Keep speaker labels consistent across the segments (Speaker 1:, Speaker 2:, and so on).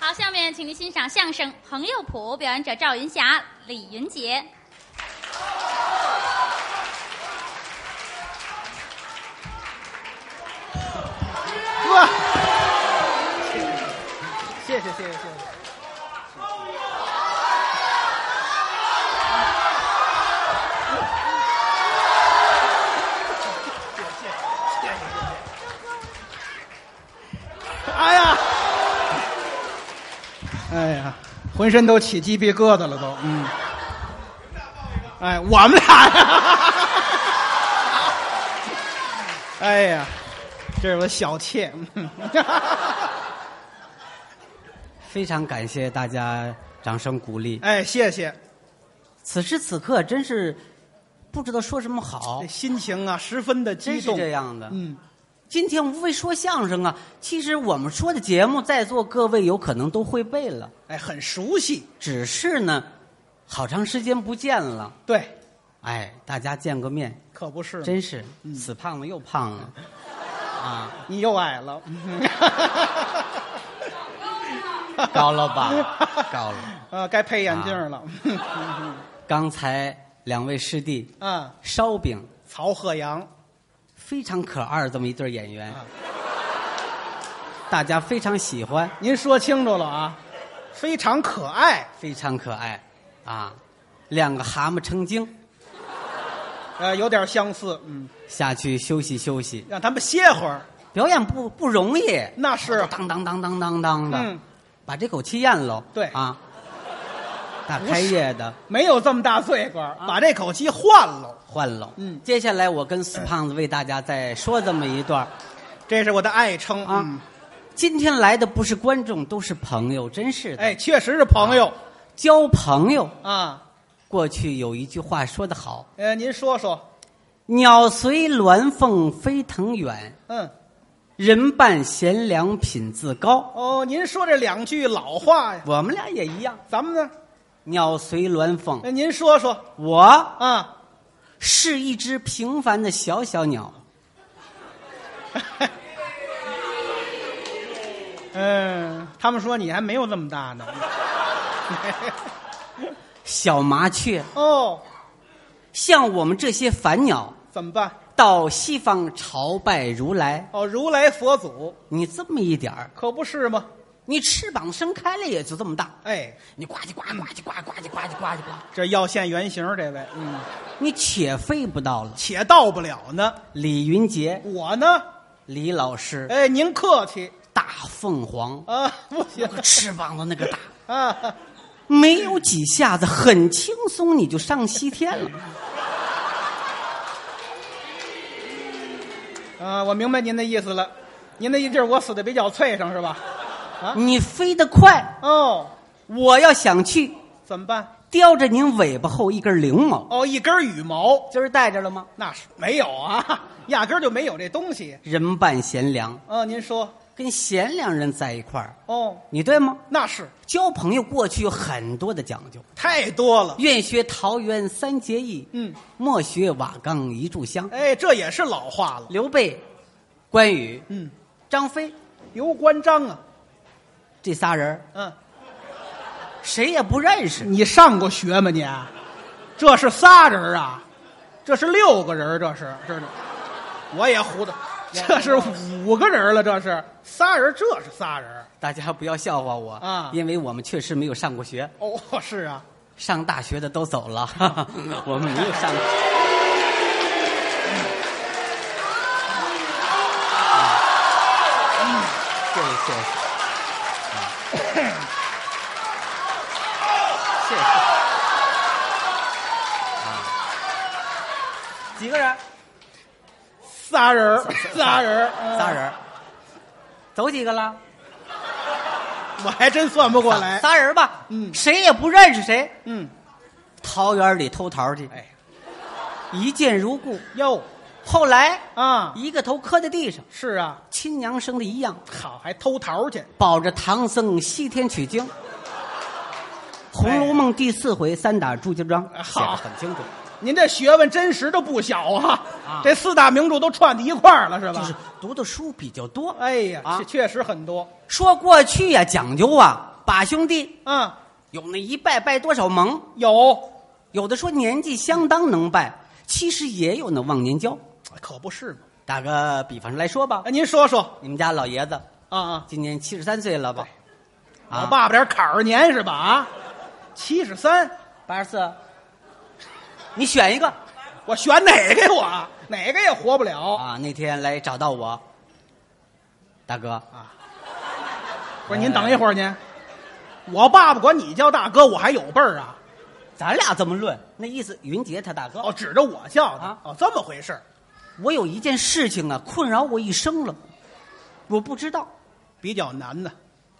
Speaker 1: 好，下面请您欣赏相声《朋友谱》，表演者赵云霞、李云杰。
Speaker 2: 哇！谢谢谢谢谢谢。哎呀，哎呀，浑身都起鸡皮疙瘩了都，嗯。哎，我们俩呀，哎呀，这是我的小妾。 嗯
Speaker 3: 非常感谢大家掌声鼓励。
Speaker 2: 哎，谢谢，
Speaker 3: 此时此刻真是不知道说什么好
Speaker 2: 这，心情啊，十分的激
Speaker 3: 真
Speaker 2: 动。
Speaker 3: 是这样的。
Speaker 2: 嗯，
Speaker 3: 今天无非说相声啊，其实我们说的节目，在座各位有可能都会背了，
Speaker 2: 哎，很熟悉。
Speaker 3: 只是呢，好长时间不见了，
Speaker 2: 对，
Speaker 3: 哎，大家见个面，
Speaker 2: 可不是吗，嗯
Speaker 3: 真是死胖子又胖了，啊，
Speaker 2: 你又矮了。
Speaker 3: 高 了吧，高了。啊
Speaker 2: 啊，该配眼镜了。
Speaker 3: 刚才两位师弟
Speaker 2: 啊，
Speaker 3: 烧饼
Speaker 2: 曹鹤阳，
Speaker 3: 非常可二，这么一对演员
Speaker 2: 啊，
Speaker 3: 大家非常喜欢，
Speaker 2: 您说清楚了啊，非常可爱。
Speaker 3: 非常可爱，啊，两个蛤蟆成精，
Speaker 2: 呃，有点相似，嗯，
Speaker 3: 下去休息休息，
Speaker 2: 让他们歇会儿。
Speaker 3: 表演不不容易，
Speaker 2: 那是，啊
Speaker 3: 当当当当当当的，
Speaker 2: 嗯，
Speaker 3: 把这口气咽喽，
Speaker 2: 对
Speaker 3: 啊，大开业的
Speaker 2: 没有这么大罪过，
Speaker 3: 啊
Speaker 2: 把这口气换了。
Speaker 3: 换喽，
Speaker 2: 嗯
Speaker 3: 接下来我跟死胖子为大家再说这么一段儿
Speaker 2: 这是我的爱称
Speaker 3: 啊，
Speaker 2: 嗯
Speaker 3: 今天来的不是观众，都是朋友，真是的，
Speaker 2: 哎，确实是朋
Speaker 3: 啊
Speaker 2: 友
Speaker 3: 交朋友。
Speaker 2: 啊。
Speaker 3: 过去有一句话说得好
Speaker 2: 呃，您说说，：“
Speaker 3: 鸟随鸾凤飞腾远，
Speaker 2: 嗯，
Speaker 3: 人伴贤良品自高。
Speaker 2: 哦，您说这两句老话”呀，
Speaker 3: 我们俩也一样，
Speaker 2: 咱们呢？
Speaker 3: 鸟随鸾凤
Speaker 2: 那。您说说
Speaker 3: 我
Speaker 2: 啊，
Speaker 3: 是一只平凡的小小鸟，
Speaker 2: 嗯，他们说你还没有那么大呢。
Speaker 3: 小麻雀，
Speaker 2: 哦，
Speaker 3: 像我们这些凡鸟，
Speaker 2: 怎么办？
Speaker 3: 到西方朝拜如来。
Speaker 2: 哦，如来佛祖，
Speaker 3: 你这么一点儿，
Speaker 2: 可不是吗？
Speaker 3: 你翅膀伸开了也就这么大，
Speaker 2: 哎，
Speaker 3: 你呱唧呱呱唧呱呱唧呱唧呱唧呱，
Speaker 2: 这要现原形儿，这位，嗯，
Speaker 3: 你且飞不到了。
Speaker 2: 且到不了呢。
Speaker 3: 李云杰，
Speaker 2: 我呢，
Speaker 3: 李老师，
Speaker 2: 哎，您客气
Speaker 3: 大凤凰，
Speaker 2: 啊，不行
Speaker 3: 那个翅膀的那个大，
Speaker 2: 啊，
Speaker 3: 没有几下子，很轻松你就上西天了。
Speaker 2: 啊，我明白您的意思了。您的意思就是我死的比较脆生是吧？啊，
Speaker 3: 你飞得快，
Speaker 2: 哦，
Speaker 3: 我要想去，
Speaker 2: 怎么办？
Speaker 3: 叼着您尾巴后一根翎毛，
Speaker 2: 哦，一根羽毛，
Speaker 3: 今儿带着了吗？
Speaker 2: 那是没有啊， 压根儿就没有这东西。
Speaker 3: 人伴贤良，
Speaker 2: 啊，您说，
Speaker 3: 跟贤良人在一块儿，
Speaker 2: 哦，
Speaker 3: 你对吗？
Speaker 2: 那是
Speaker 3: 交朋友过去有很多的讲究，
Speaker 2: 太多了。
Speaker 3: 愿学桃园三结义，
Speaker 2: 嗯，
Speaker 3: 莫学瓦岗一炷香。
Speaker 2: 哎，这也是老话了。
Speaker 3: 刘备、关羽、
Speaker 2: 嗯，
Speaker 3: 张飞
Speaker 2: 刘关张啊，
Speaker 3: 这仨人儿
Speaker 2: 嗯，
Speaker 3: 谁也不认识，
Speaker 2: 你上过学吗你？啊这是仨人儿啊，这是六个人儿，这是知道？我也糊涂，这是五个人儿了，这是仨人儿，这是仨人儿。
Speaker 3: 大家不要笑话我
Speaker 2: 啊
Speaker 3: 因为我们确实没有上过学，
Speaker 2: 哦，是啊，
Speaker 3: 上大学的都走了，哈哈我们没有上过。嗯谢谢谢谢，啊谢谢啊，几个人？
Speaker 2: 仨人儿，仨人儿，嗯
Speaker 3: 仨人儿，走几个了？
Speaker 2: 我还真算不过来。
Speaker 3: 仨人儿吧，
Speaker 2: 嗯
Speaker 3: 谁也不认识谁，
Speaker 2: 嗯，
Speaker 3: 桃园里偷桃去，
Speaker 2: 哎，
Speaker 3: 一见如故。
Speaker 2: 哟
Speaker 3: 后来
Speaker 2: 啊，
Speaker 3: 一个头磕在地上，
Speaker 2: 是啊，
Speaker 3: 亲娘生的一样，
Speaker 2: 好，还偷桃去。
Speaker 3: 保着唐僧西天取经。《红楼梦》第四回三打祝家庄，
Speaker 2: 哎
Speaker 3: 写
Speaker 2: 好
Speaker 3: 的很清楚，
Speaker 2: 您这学问真实的不小啊！
Speaker 3: 啊
Speaker 2: 这四大名著都串在一块儿了，是吧？
Speaker 3: 就是读的书比较多。
Speaker 2: 哎呀，
Speaker 3: 啊
Speaker 2: 确确实很多。
Speaker 3: 说过去呀、讲究啊，把兄弟
Speaker 2: 嗯，
Speaker 3: 有那一拜拜多少盟，
Speaker 2: 有，
Speaker 3: 有的说年纪相当能拜，其实也有那忘年交。
Speaker 2: 可不是嘛。
Speaker 3: 打个比方来说吧，
Speaker 2: 哎，您说说
Speaker 3: 你们家老爷子
Speaker 2: 啊啊，
Speaker 3: 今年七十三岁了吧？啊
Speaker 2: 我爸爸点坎儿年是吧？啊，七十三，
Speaker 3: 八十四，你选一个
Speaker 2: 我选哪个呀？我哪个也活不了。
Speaker 3: 啊！那天来找到我，大哥，
Speaker 2: 不是您等一会儿您，我爸爸管你叫大哥，我还有辈儿啊。
Speaker 3: 咱俩这么论，那意思云杰他大哥，
Speaker 2: 哦，指着我叫的
Speaker 3: 啊
Speaker 2: 哦，这么回事儿
Speaker 3: 我有一件事情啊，困扰我一生了，我不知道，
Speaker 2: 比较难的。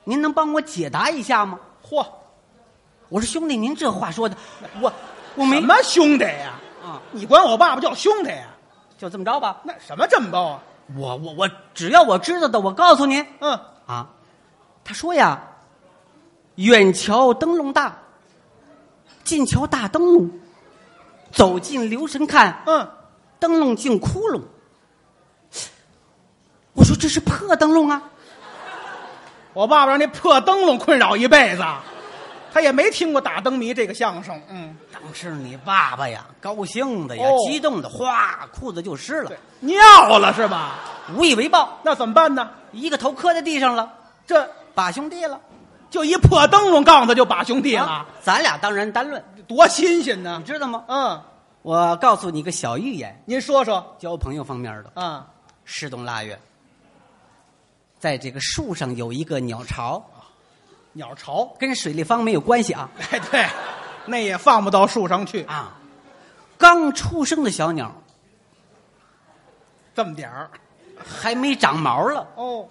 Speaker 3: 您能帮我解答一下吗？
Speaker 2: 嚯，
Speaker 3: 我说兄弟，您这话说的，我我没
Speaker 2: 什么兄弟呀？
Speaker 3: 啊，
Speaker 2: 你管我爸爸叫兄弟呀？
Speaker 3: 就这么着吧。
Speaker 2: 那什么这么包啊？
Speaker 3: 我我我，只要我知道的，我告诉您
Speaker 2: 嗯，
Speaker 3: 啊。他说呀，远瞧灯笼大，近瞧大灯笼，走近留神看，
Speaker 2: 嗯，
Speaker 3: 灯笼竟窟窿。我说这是破灯笼啊，
Speaker 2: 我爸爸让那破灯笼困扰一辈子，啊他也没听过打灯谜这个相声。嗯，
Speaker 3: 当时你爸爸呀，高兴的呀，
Speaker 2: 哦
Speaker 3: 激动的，哗，裤子就湿了
Speaker 2: 对，，尿了是吧？
Speaker 3: 无以为报，
Speaker 2: 那怎么办呢？
Speaker 3: 一个头磕在地上了，
Speaker 2: 这
Speaker 3: 把兄弟了，
Speaker 2: 就一破灯笼杠子就把兄弟了，
Speaker 3: 啊咱俩当然单论，
Speaker 2: 多新鲜呢
Speaker 3: 你！知道吗？
Speaker 2: 嗯，
Speaker 3: 我告诉你个小寓言，
Speaker 2: 您说说
Speaker 3: 交朋友方面的。
Speaker 2: 啊，
Speaker 3: 十冬腊月，在这个树上有一个鸟巢，
Speaker 2: 鸟巢？
Speaker 3: 跟水立方没有关系啊
Speaker 2: 哎，对，那也放不到树上去，
Speaker 3: 啊！刚出生的小鸟
Speaker 2: 这么点儿。
Speaker 3: 还没长毛了，
Speaker 2: 哦，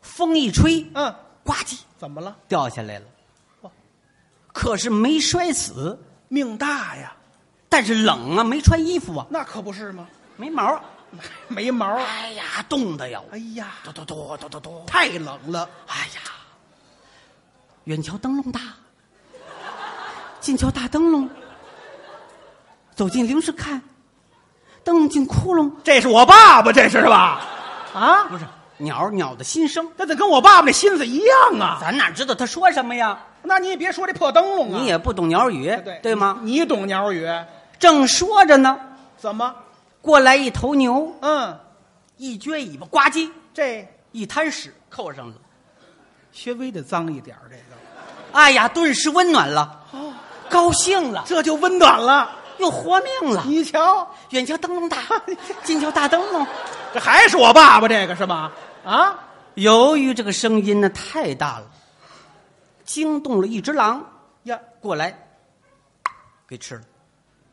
Speaker 3: 风一吹，
Speaker 2: 嗯，
Speaker 3: 呱唧
Speaker 2: 怎么了？
Speaker 3: 掉下来了
Speaker 2: 哇，
Speaker 3: 可是没摔死，
Speaker 2: 命大呀，
Speaker 3: 但是冷啊，没穿衣服啊，
Speaker 2: 那可不是吗？
Speaker 3: 没毛啊，
Speaker 2: 没毛。啊
Speaker 3: 哎呀，冻的呀，
Speaker 2: 哎呀，
Speaker 3: 哆哆哆哆哆哆，
Speaker 2: 太冷了。
Speaker 3: 哎呀，远瞧灯笼大，近瞧大灯笼。走进灵石看，灯笼进窟窿。
Speaker 2: 这是我爸爸，这是吧？啊，
Speaker 3: 不是鸟鸟的心声，
Speaker 2: 那得跟我爸爸那心思一样啊。
Speaker 3: 咱哪知道他说什么呀？
Speaker 2: 那你也别说这破灯笼啊，
Speaker 3: 你也不懂鸟语，
Speaker 2: 对
Speaker 3: 吗？
Speaker 2: 你懂鸟语？
Speaker 3: 正说着呢，
Speaker 2: 怎么？
Speaker 3: 过来一头牛，
Speaker 2: 嗯，
Speaker 3: 一撅尾巴，呱唧，
Speaker 2: 这
Speaker 3: 一滩屎扣上了。
Speaker 2: 稍微的脏一点儿，这个
Speaker 3: 哎呀，顿时温暖了，高兴了，
Speaker 2: 这就温暖了。
Speaker 3: 又活命了。
Speaker 2: 你瞧，
Speaker 3: 远瞧灯笼大，近瞧大灯笼。
Speaker 2: 这还是我爸爸这个是吧？啊，
Speaker 3: 由于这个声音呢太大了，惊动了一只狼
Speaker 2: 呀，
Speaker 3: 过来，给吃了。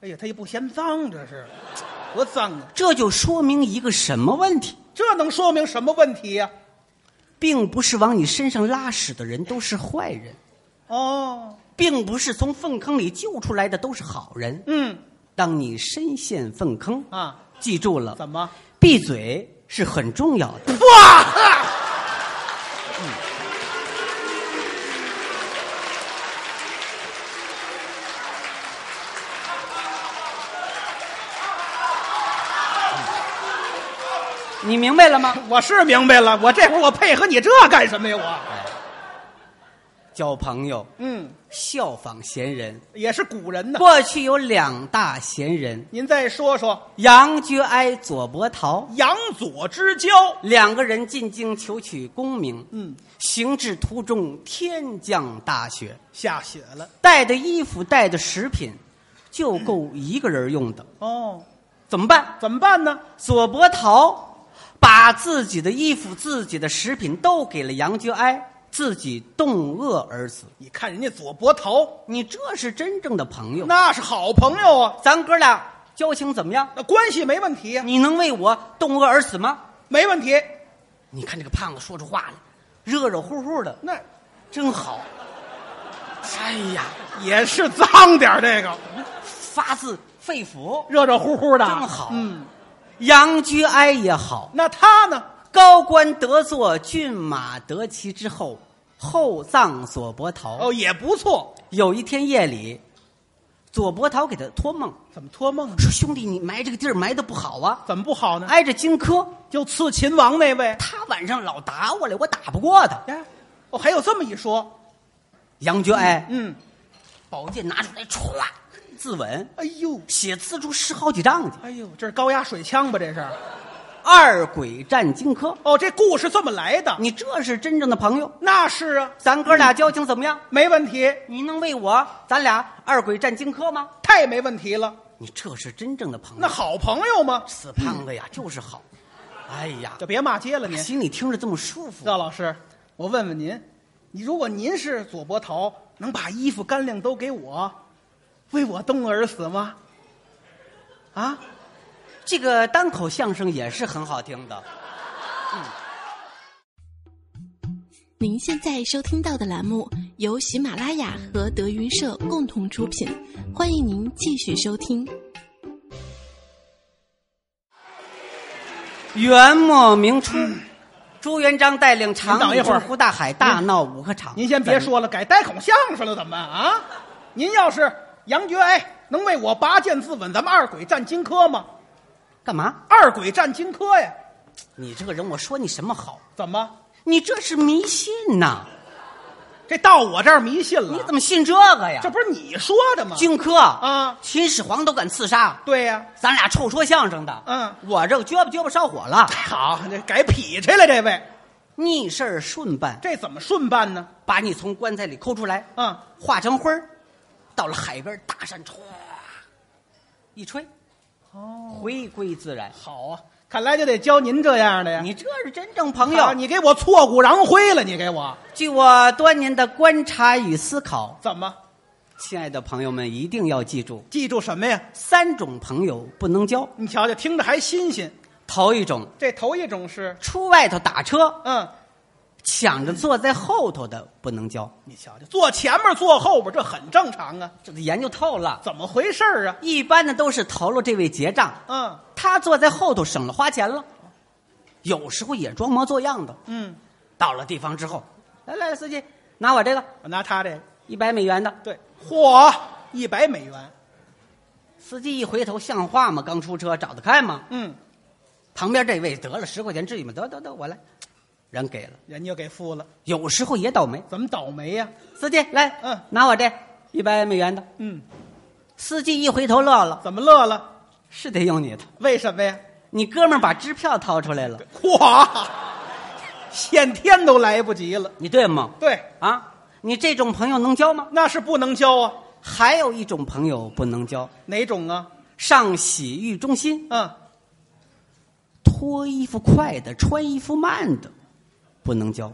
Speaker 2: 哎呀，他也不嫌脏，这是多脏啊！
Speaker 3: 这就说明一个什么问题，
Speaker 2: 这能说明什么问题呀、
Speaker 3: 并不是往你身上拉屎的人都是坏人，
Speaker 2: 哦，
Speaker 3: 并不是从粪坑里救出来的都是好人。
Speaker 2: 嗯
Speaker 3: 当你深陷粪坑，
Speaker 2: 啊，
Speaker 3: 记住了，
Speaker 2: 怎么？
Speaker 3: 闭嘴是很重要的。
Speaker 2: 哇！
Speaker 3: 嗯你明白了吗？
Speaker 2: 我是明白了，我这会儿我配合你这干什么呀？我
Speaker 3: 交朋友，
Speaker 2: 嗯，
Speaker 3: 效仿贤人。
Speaker 2: 也是古人呐。
Speaker 3: 过去有两大贤人，
Speaker 2: 您再说说
Speaker 3: 杨觉哀、左伯桃。
Speaker 2: 杨左之交，
Speaker 3: 两个人进京求取功名，
Speaker 2: 嗯，
Speaker 3: 行至途中天降大雪，
Speaker 2: 下雪了
Speaker 3: 带的衣服、带的食品，就够一个人用的，
Speaker 2: 哦，
Speaker 3: 怎么办？
Speaker 2: 怎么办呢？
Speaker 3: 左伯桃把自己的衣服、自己的食品都给了杨觉哀，自己冻饿而死。
Speaker 2: 你看人家左伯桃，
Speaker 3: 你这是真正的朋友，
Speaker 2: 那是好朋友啊，
Speaker 3: 咱哥俩交情怎么样？
Speaker 2: 那关系没问题呀，
Speaker 3: 你能为我冻饿而死吗？
Speaker 2: 没问题。
Speaker 3: 你看这个胖子说出话来，热热乎乎的，
Speaker 2: 那
Speaker 3: 真好。哎呀！
Speaker 2: 也是脏点儿这个
Speaker 3: 发自肺腑。
Speaker 2: 热热乎乎的，
Speaker 3: 真好
Speaker 2: 嗯，
Speaker 3: 杨居哀也好，
Speaker 2: 那他呢？
Speaker 3: 高官得坐，骏马得骑之后，厚葬左伯桃。
Speaker 2: 哦，也不错。
Speaker 3: 有一天夜里，左伯桃给他托梦
Speaker 2: 怎么托梦呢？
Speaker 3: 说：“兄弟，你埋这个地儿埋的不好啊，
Speaker 2: 怎么不好呢？
Speaker 3: 挨着荆轲，
Speaker 2: 哎就刺秦王那位。
Speaker 3: 他晚上老打我来，我打不过他。
Speaker 2: 哎，哦，还有这么一说，
Speaker 3: 杨觉哎，
Speaker 2: 嗯，
Speaker 3: 宝剑拿出来，歘，自刎，
Speaker 2: 哎呦，
Speaker 3: 写字处诗好几丈去。
Speaker 2: 哎呦，这是高压水枪吧？这是？
Speaker 3: 二鬼战荆轲，
Speaker 2: 哦，这故事这么来的。
Speaker 3: 你这是真正的朋友，
Speaker 2: 那是啊，
Speaker 3: 咱哥俩交情怎么样？
Speaker 2: 没问题，
Speaker 3: 你能为我咱俩二鬼战荆轲吗？
Speaker 2: 太没问题了。
Speaker 3: 你这是真正的朋
Speaker 2: 那
Speaker 3: 友，
Speaker 2: 好朋友嘛，
Speaker 3: 死胖子呀，就是好。哎呀，
Speaker 2: 就别骂街了 您。
Speaker 3: 心里听着这么舒服。
Speaker 2: 赵老师，我问问您，你如果您是左伯桃，能把衣服干粮都给我，为我冻而死吗？啊，
Speaker 3: 这个单口相声也是很好听的。
Speaker 4: 您现在收听到的栏目由喜马拉雅和德云社共同出品，欢迎您继续收听。
Speaker 3: 元末明初，朱元璋带领
Speaker 2: 您
Speaker 3: 长
Speaker 2: 等一
Speaker 3: 旅
Speaker 2: 会儿
Speaker 3: 征胡大海，大闹五个场。
Speaker 2: 您先别说了，改单口相声了怎么啊？您要是杨觉哎能为我拔剑自刎，咱们二鬼战荆轲吗？
Speaker 3: 干嘛？
Speaker 2: 二鬼战荆轲呀？
Speaker 3: 你这个人，我说你什么好？
Speaker 2: 怎么？
Speaker 3: 你这是迷信呐、
Speaker 2: 这到我这儿迷信了？
Speaker 3: 你怎么信这个呀？
Speaker 2: 这不是你说的吗？
Speaker 3: 荆轲
Speaker 2: 啊
Speaker 3: 秦始皇都敢刺杀，
Speaker 2: 对呀、
Speaker 3: 咱俩臭说相声的。
Speaker 2: 嗯
Speaker 3: 我这个撅吧撅吧烧火了，
Speaker 2: 好，这改劈柴了，这位，
Speaker 3: 逆事儿顺办，
Speaker 2: 这怎么顺办呢？
Speaker 3: 把你从棺材里抠出来，
Speaker 2: 嗯，
Speaker 3: 化成灰儿，到了海边大山唰一吹，哦，回归自然。
Speaker 2: 好啊，看来就得教您这样的呀。
Speaker 3: 你这是真正朋
Speaker 2: 好
Speaker 3: 友。
Speaker 2: 你给我挫骨扬灰了，你给我
Speaker 3: 据我多年的观察与思考，
Speaker 2: 怎么
Speaker 3: 亲爱的朋友们一定要记住，
Speaker 2: 记住什么呀？
Speaker 3: 三种朋友不能交。
Speaker 2: 你瞧瞧，听着还新鲜。
Speaker 3: 头一种，
Speaker 2: 这头一种是，
Speaker 3: 出外头打车
Speaker 2: 嗯，
Speaker 3: 抢着坐在后头的不能交，
Speaker 2: 你瞧瞧，坐前面坐后边，这很正常啊。
Speaker 3: 这都研究透了。
Speaker 2: 怎么回事儿啊？
Speaker 3: 一般的都是头了这位结账，
Speaker 2: 嗯
Speaker 3: 他坐在后头省了花钱了，有时候也装模作样的。
Speaker 2: 嗯，
Speaker 3: 到了地方之后，来来，司机，拿我这个
Speaker 2: 我拿他这个，
Speaker 3: 一百美元的。
Speaker 2: 对，嚯，一百美元，
Speaker 3: 司机一回头，像话吗？刚出车，找得开吗？
Speaker 2: 嗯，
Speaker 3: 旁边这位得了十块钱，至于吗？得得得，我来，人给了。
Speaker 2: 人家给付了，
Speaker 3: 有时候也倒霉，
Speaker 2: 怎么倒霉呀、
Speaker 3: 司机来，
Speaker 2: 嗯
Speaker 3: 拿我这一百美元的。
Speaker 2: 嗯，
Speaker 3: 司机一回头乐了，
Speaker 2: 怎么乐了？
Speaker 3: 是得用你的。
Speaker 2: 为什么呀？
Speaker 3: 你哥们儿把支票掏出来了，
Speaker 2: 嚯， 现天都来不及了。
Speaker 3: 你对吗？
Speaker 2: 对，
Speaker 3: 啊，你这种朋友能交吗？
Speaker 2: 那是不能交啊。
Speaker 3: 还有一种朋友不能交，
Speaker 2: 哪种啊？
Speaker 3: 上洗浴中心
Speaker 2: 嗯，
Speaker 3: 脱衣服快的，穿衣服慢的，不能交。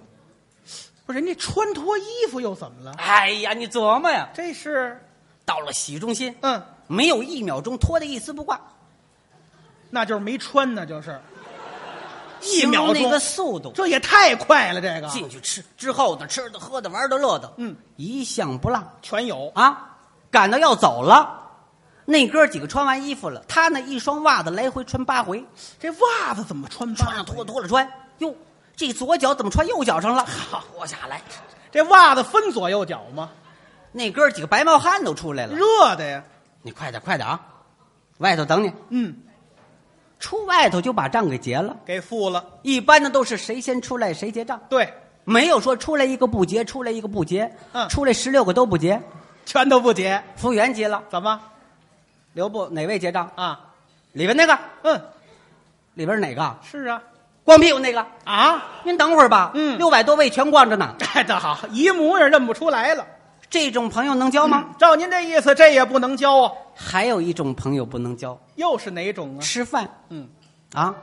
Speaker 2: 不是人家穿脱衣服又怎么了？
Speaker 3: 哎呀，你琢磨呀，
Speaker 2: 这是，
Speaker 3: 到了洗浴中心，
Speaker 2: 嗯，
Speaker 3: 没有一秒钟脱的一丝不挂，
Speaker 2: 那就是没穿呢，就是一秒
Speaker 3: 形容那
Speaker 2: 钟
Speaker 3: 个，速度，
Speaker 2: 这也太快了，这个
Speaker 3: 进去吃之后的吃的喝的玩的乐的，
Speaker 2: 嗯，
Speaker 3: 一项不落
Speaker 2: 全有。
Speaker 3: 啊！赶到要走了，那哥几个穿完衣服了，他那一双袜子来回穿八回，
Speaker 2: 这袜子怎么穿八
Speaker 3: 穿
Speaker 2: 回？
Speaker 3: 上脱了脱了穿，哟，这左脚怎么穿右脚上了？ 好，脱下来，
Speaker 2: 这袜子分左右脚吗？
Speaker 3: 那哥几个白毛汉都出来了，
Speaker 2: 热的呀。
Speaker 3: 你快点快点啊！外头等你，
Speaker 2: 嗯，
Speaker 3: 出外头就把账给结了。
Speaker 2: 给付了。
Speaker 3: 一般的都是谁先出来谁结账，
Speaker 2: 对，
Speaker 3: 没有说出来一个不结，出来一个不结，
Speaker 2: 嗯
Speaker 3: 出来十六个都不结。
Speaker 2: 全都不结。
Speaker 3: 服务员结了，
Speaker 2: 怎么
Speaker 3: 刘部哪位结账？
Speaker 2: 啊？
Speaker 3: 里边那个，
Speaker 2: 嗯，
Speaker 3: 里边哪个？
Speaker 2: 是啊。
Speaker 3: 光屁股那个。
Speaker 2: 啊，
Speaker 3: 您等会儿吧，
Speaker 2: 嗯
Speaker 3: 六百多位全逛着呢。
Speaker 2: 哎，倒好，一模样认不出来了。
Speaker 3: 这种朋友能交吗？
Speaker 2: 照您这意思，这也不能交啊。
Speaker 3: 还有一种朋友不能交，
Speaker 2: 又是哪种啊？
Speaker 3: 吃饭
Speaker 2: 嗯，
Speaker 3: 啊，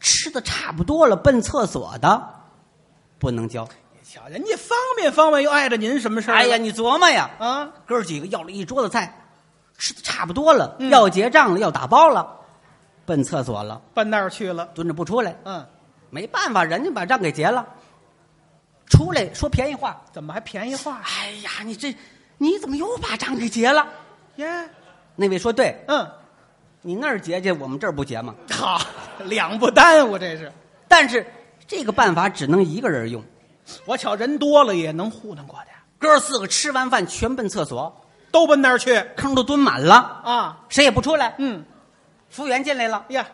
Speaker 3: 吃的差不多了，奔厕所的不能交。
Speaker 2: 瞧人家方便方便，又碍着您什么事儿？
Speaker 3: 哎呀，，你琢磨呀，
Speaker 2: 啊，
Speaker 3: 哥儿几个要了一桌子菜，吃的差不多了，
Speaker 2: 嗯
Speaker 3: 要结账了，要打包了，奔厕所了，
Speaker 2: 奔那儿去了。
Speaker 3: 蹲着不出来，
Speaker 2: 嗯，
Speaker 3: 没办法，人家把账给结了，出来说便宜话。
Speaker 2: 怎么还便宜话
Speaker 3: 哎呀，你这你怎么又把账给结了？
Speaker 2: 耶？
Speaker 3: 那位说对，
Speaker 2: 嗯，
Speaker 3: 你那儿结去，我们这儿不结嘛。
Speaker 2: 好，两不耽误，这是。
Speaker 3: 但是这个办法只能一个人用。
Speaker 2: 我瞧人多了也能糊弄过去，
Speaker 3: 哥儿四个吃完饭全奔厕所，
Speaker 2: 都奔那儿去
Speaker 3: 坑都蹲满了，
Speaker 2: 啊。
Speaker 3: 谁也不出来。
Speaker 2: 嗯，
Speaker 3: 服务员进来了，
Speaker 2: 呀，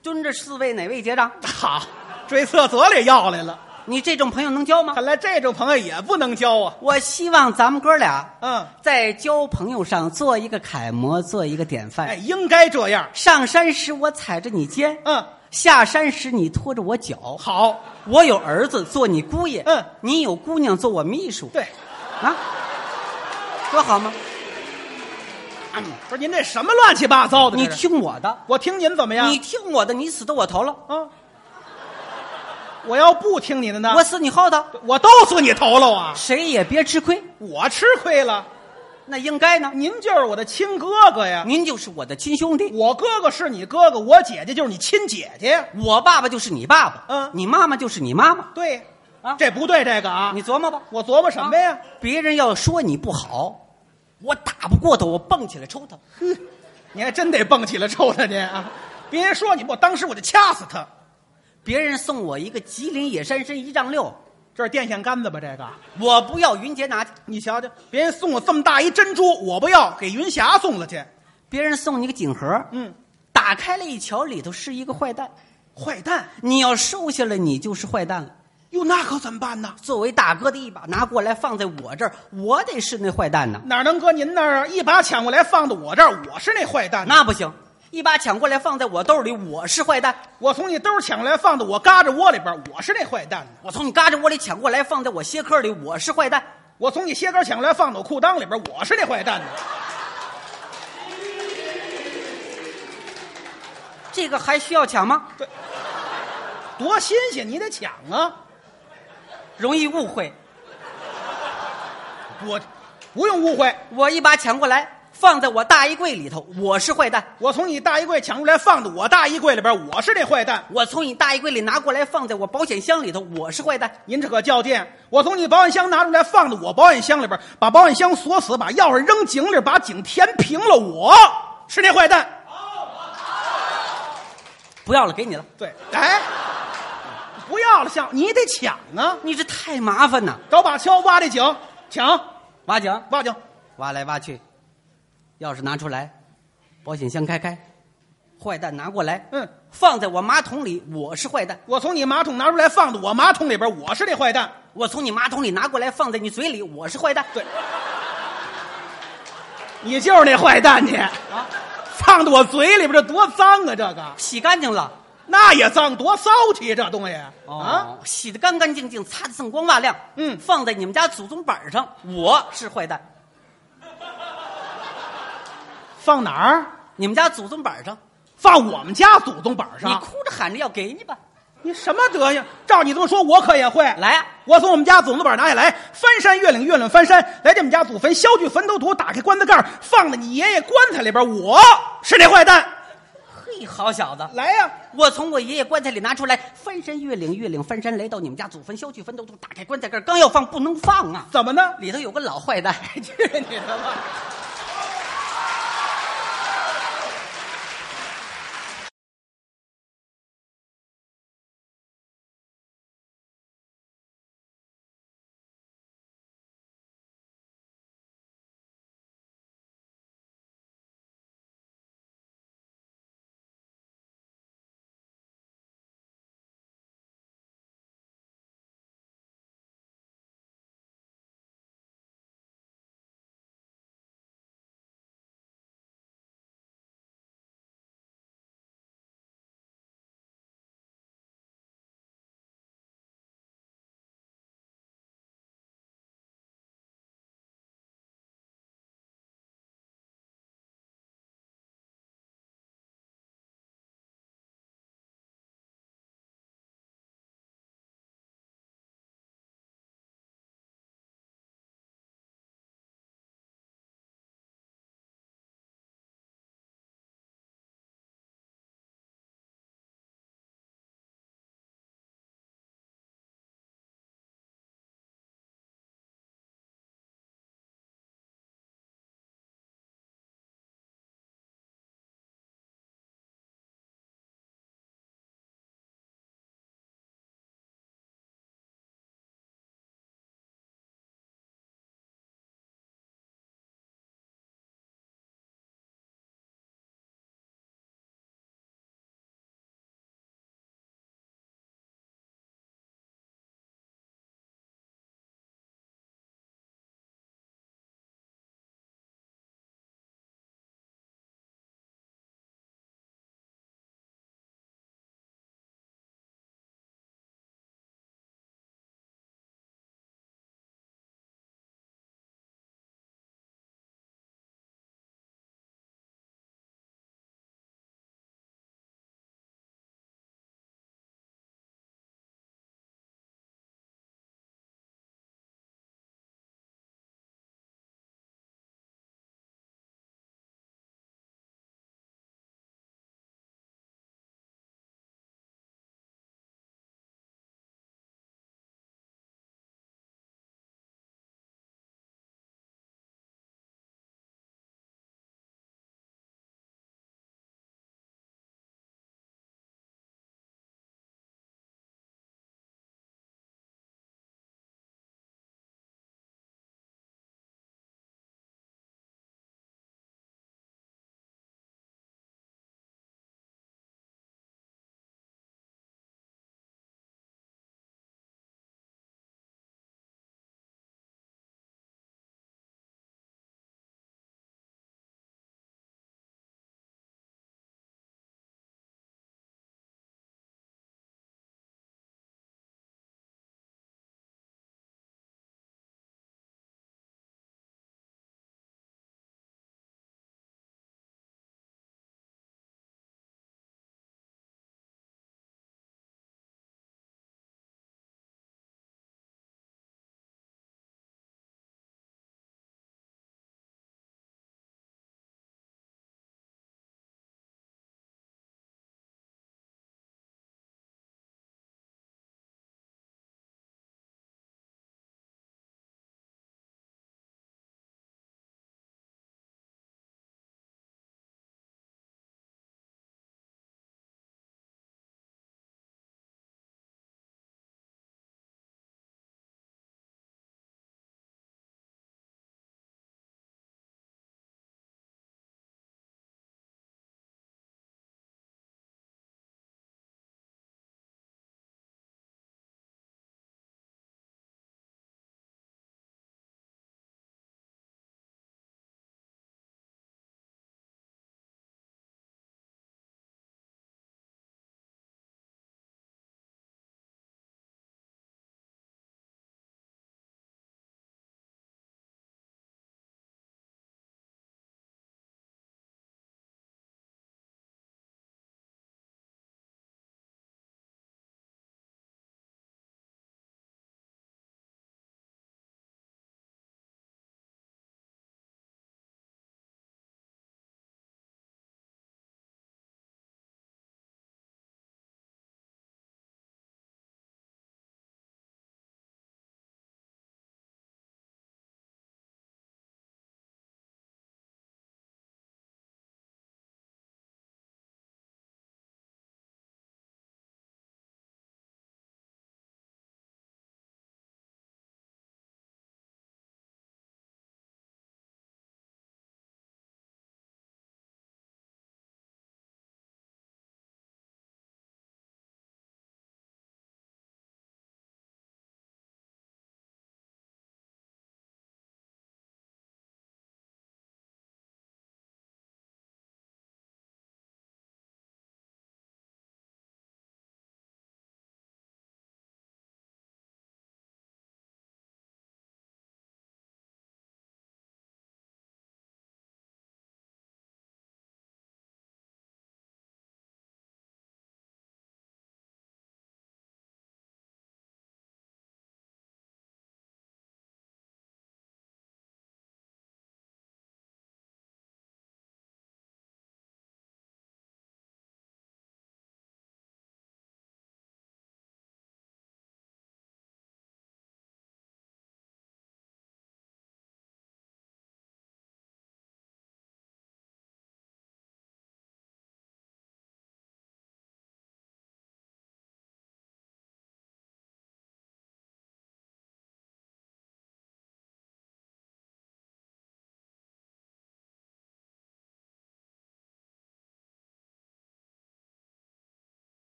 Speaker 3: 蹲着四位哪位结账？
Speaker 2: 好，追厕所里要来了。
Speaker 3: 你这种朋友能交吗？
Speaker 2: 看来这种朋友也不能交啊。
Speaker 3: 我希望咱们哥俩
Speaker 2: 嗯，
Speaker 3: 在交朋友上做一个楷模，做一个典范。
Speaker 2: 哎，应该这样。
Speaker 3: 上山时我踩着你肩，
Speaker 2: 嗯，
Speaker 3: 下山时你拖着我脚。
Speaker 2: 好，
Speaker 3: 我有儿子做你姑爷，
Speaker 2: 嗯，
Speaker 3: 你有姑娘做我秘书，
Speaker 2: 对，
Speaker 3: 啊，多好吗？
Speaker 2: 嗯不是您这什么乱七八糟的？
Speaker 3: 你
Speaker 2: 这是，
Speaker 3: 听我的，
Speaker 2: 我听您怎么样？
Speaker 3: 你听我的，你死到我头了，
Speaker 2: 啊，我要不听你的呢？
Speaker 3: 我死你后头，
Speaker 2: 我都死你头了啊！
Speaker 3: 谁也别吃亏，
Speaker 2: 我吃亏了，
Speaker 3: 那应该呢。
Speaker 2: 您就是我的亲哥哥呀。
Speaker 3: 您就是我的亲兄弟，
Speaker 2: 我哥哥是你哥哥，我姐姐就是你亲姐姐呀。
Speaker 3: 我爸爸就是你爸爸，
Speaker 2: 嗯
Speaker 3: 你妈妈就是你妈妈，
Speaker 2: 对，
Speaker 3: 啊
Speaker 2: 这不对，这个啊，
Speaker 3: 你琢磨吧。啊
Speaker 2: 我琢磨什么呀？
Speaker 3: 别人要说你不好，我打不过他，我蹦起来抽他。
Speaker 2: 你还真得蹦起来抽他去啊！别说你，我当时我就掐死他。
Speaker 3: 别人送我一个吉林野山参一丈六，
Speaker 2: 这是电线杆子吧？这个，
Speaker 3: 我不要，云杰拿去。
Speaker 2: 你瞧瞧，别人送我这么大一珍珠，我不要，给云霞送了去。
Speaker 3: 别人送你个锦盒，
Speaker 2: 嗯，
Speaker 3: 打开了一瞧，里头是一个坏蛋。
Speaker 2: 坏蛋，
Speaker 3: 你要收下了，你就是坏蛋了。
Speaker 2: 哟，那可怎么办呢？
Speaker 3: 作为大哥的一把拿过来放在我这儿，我得是那坏蛋呢。
Speaker 2: 哪能搁您那儿啊？一把抢过来放到我这儿，我是那坏蛋。
Speaker 3: 那不行，一把抢过来放在我兜里，我是坏蛋。
Speaker 2: 我从你兜儿抢过来放到我嘎吱窝里边儿，我是那坏蛋。
Speaker 3: 我从你嘎吱窝里抢过来放在我鞋壳里，我是坏蛋。
Speaker 2: 我从你鞋跟儿抢过来放到我裤裆里边儿，我是那坏蛋呢。
Speaker 3: 这个还需要抢吗？
Speaker 2: 多新鲜，你得抢啊！
Speaker 3: 容易误会。
Speaker 2: 我不用误会，
Speaker 3: 我一把抢过来，放在我大衣柜里头，我是坏蛋。
Speaker 2: 我从你大衣柜抢过来放到我大衣柜里边儿，我是那坏蛋。
Speaker 3: 我从你大衣柜里拿过来，放在我保险箱里头，我是坏蛋。
Speaker 2: 您这可较劲！我从你保险箱拿出来，放到我保险箱里边，把保险箱锁死，把钥匙扔井里，把井填平了我。是那坏蛋。
Speaker 3: 不要了，给你了。
Speaker 2: 对，哎，不要了，像你得抢啊！
Speaker 3: 你这太麻烦呐，
Speaker 2: 找把锹挖这井，抢
Speaker 3: 挖井，
Speaker 2: 挖井。
Speaker 3: 挖来挖去，钥匙拿出来，保险箱开开，坏蛋拿过来，
Speaker 2: 嗯，
Speaker 3: 放在我马桶里，我是坏蛋。
Speaker 2: 我从你马桶拿出来，放到我马桶里边，我是那坏蛋。
Speaker 3: 我从你马桶里拿过来，放在你嘴里，我是坏蛋。
Speaker 2: 对，你就是那坏蛋你啊！放到我嘴里边，这多脏啊！这个
Speaker 3: 洗干净了，
Speaker 2: 那也脏，多骚气这东西、啊！
Speaker 3: 啊，洗得干干净净，擦得锃光瓦亮。
Speaker 2: 嗯
Speaker 3: 放在你们家祖宗板上，我是坏蛋。
Speaker 2: 放哪儿？
Speaker 3: 你们家祖宗板上，
Speaker 2: 放我们家祖宗板
Speaker 3: 你
Speaker 2: 上。
Speaker 3: 哭着喊着要给你吧，
Speaker 2: 你什么德行？照你这么说，我可也会。
Speaker 3: 来啊
Speaker 2: 我从我们家祖宗板拿下来，翻山越岭，越岭翻山，来这我们家祖坟，削去坟头土，打开棺材盖儿，放在你爷爷棺材里边儿。我是那坏蛋，
Speaker 3: 嘿，好小子！
Speaker 2: 来呀、
Speaker 3: 我从我爷爷棺材里拿出来，翻山越岭，越岭翻山，来到你们家祖坟，削去坟头土，打开棺材盖，刚要放，不能放啊！
Speaker 2: 怎么呢？
Speaker 3: 里头有个老坏蛋，
Speaker 2: 去你的吧！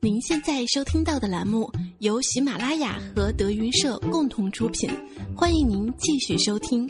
Speaker 4: 您现在收听到的栏目由喜马拉雅和德云社共同出品，欢迎您继续收听。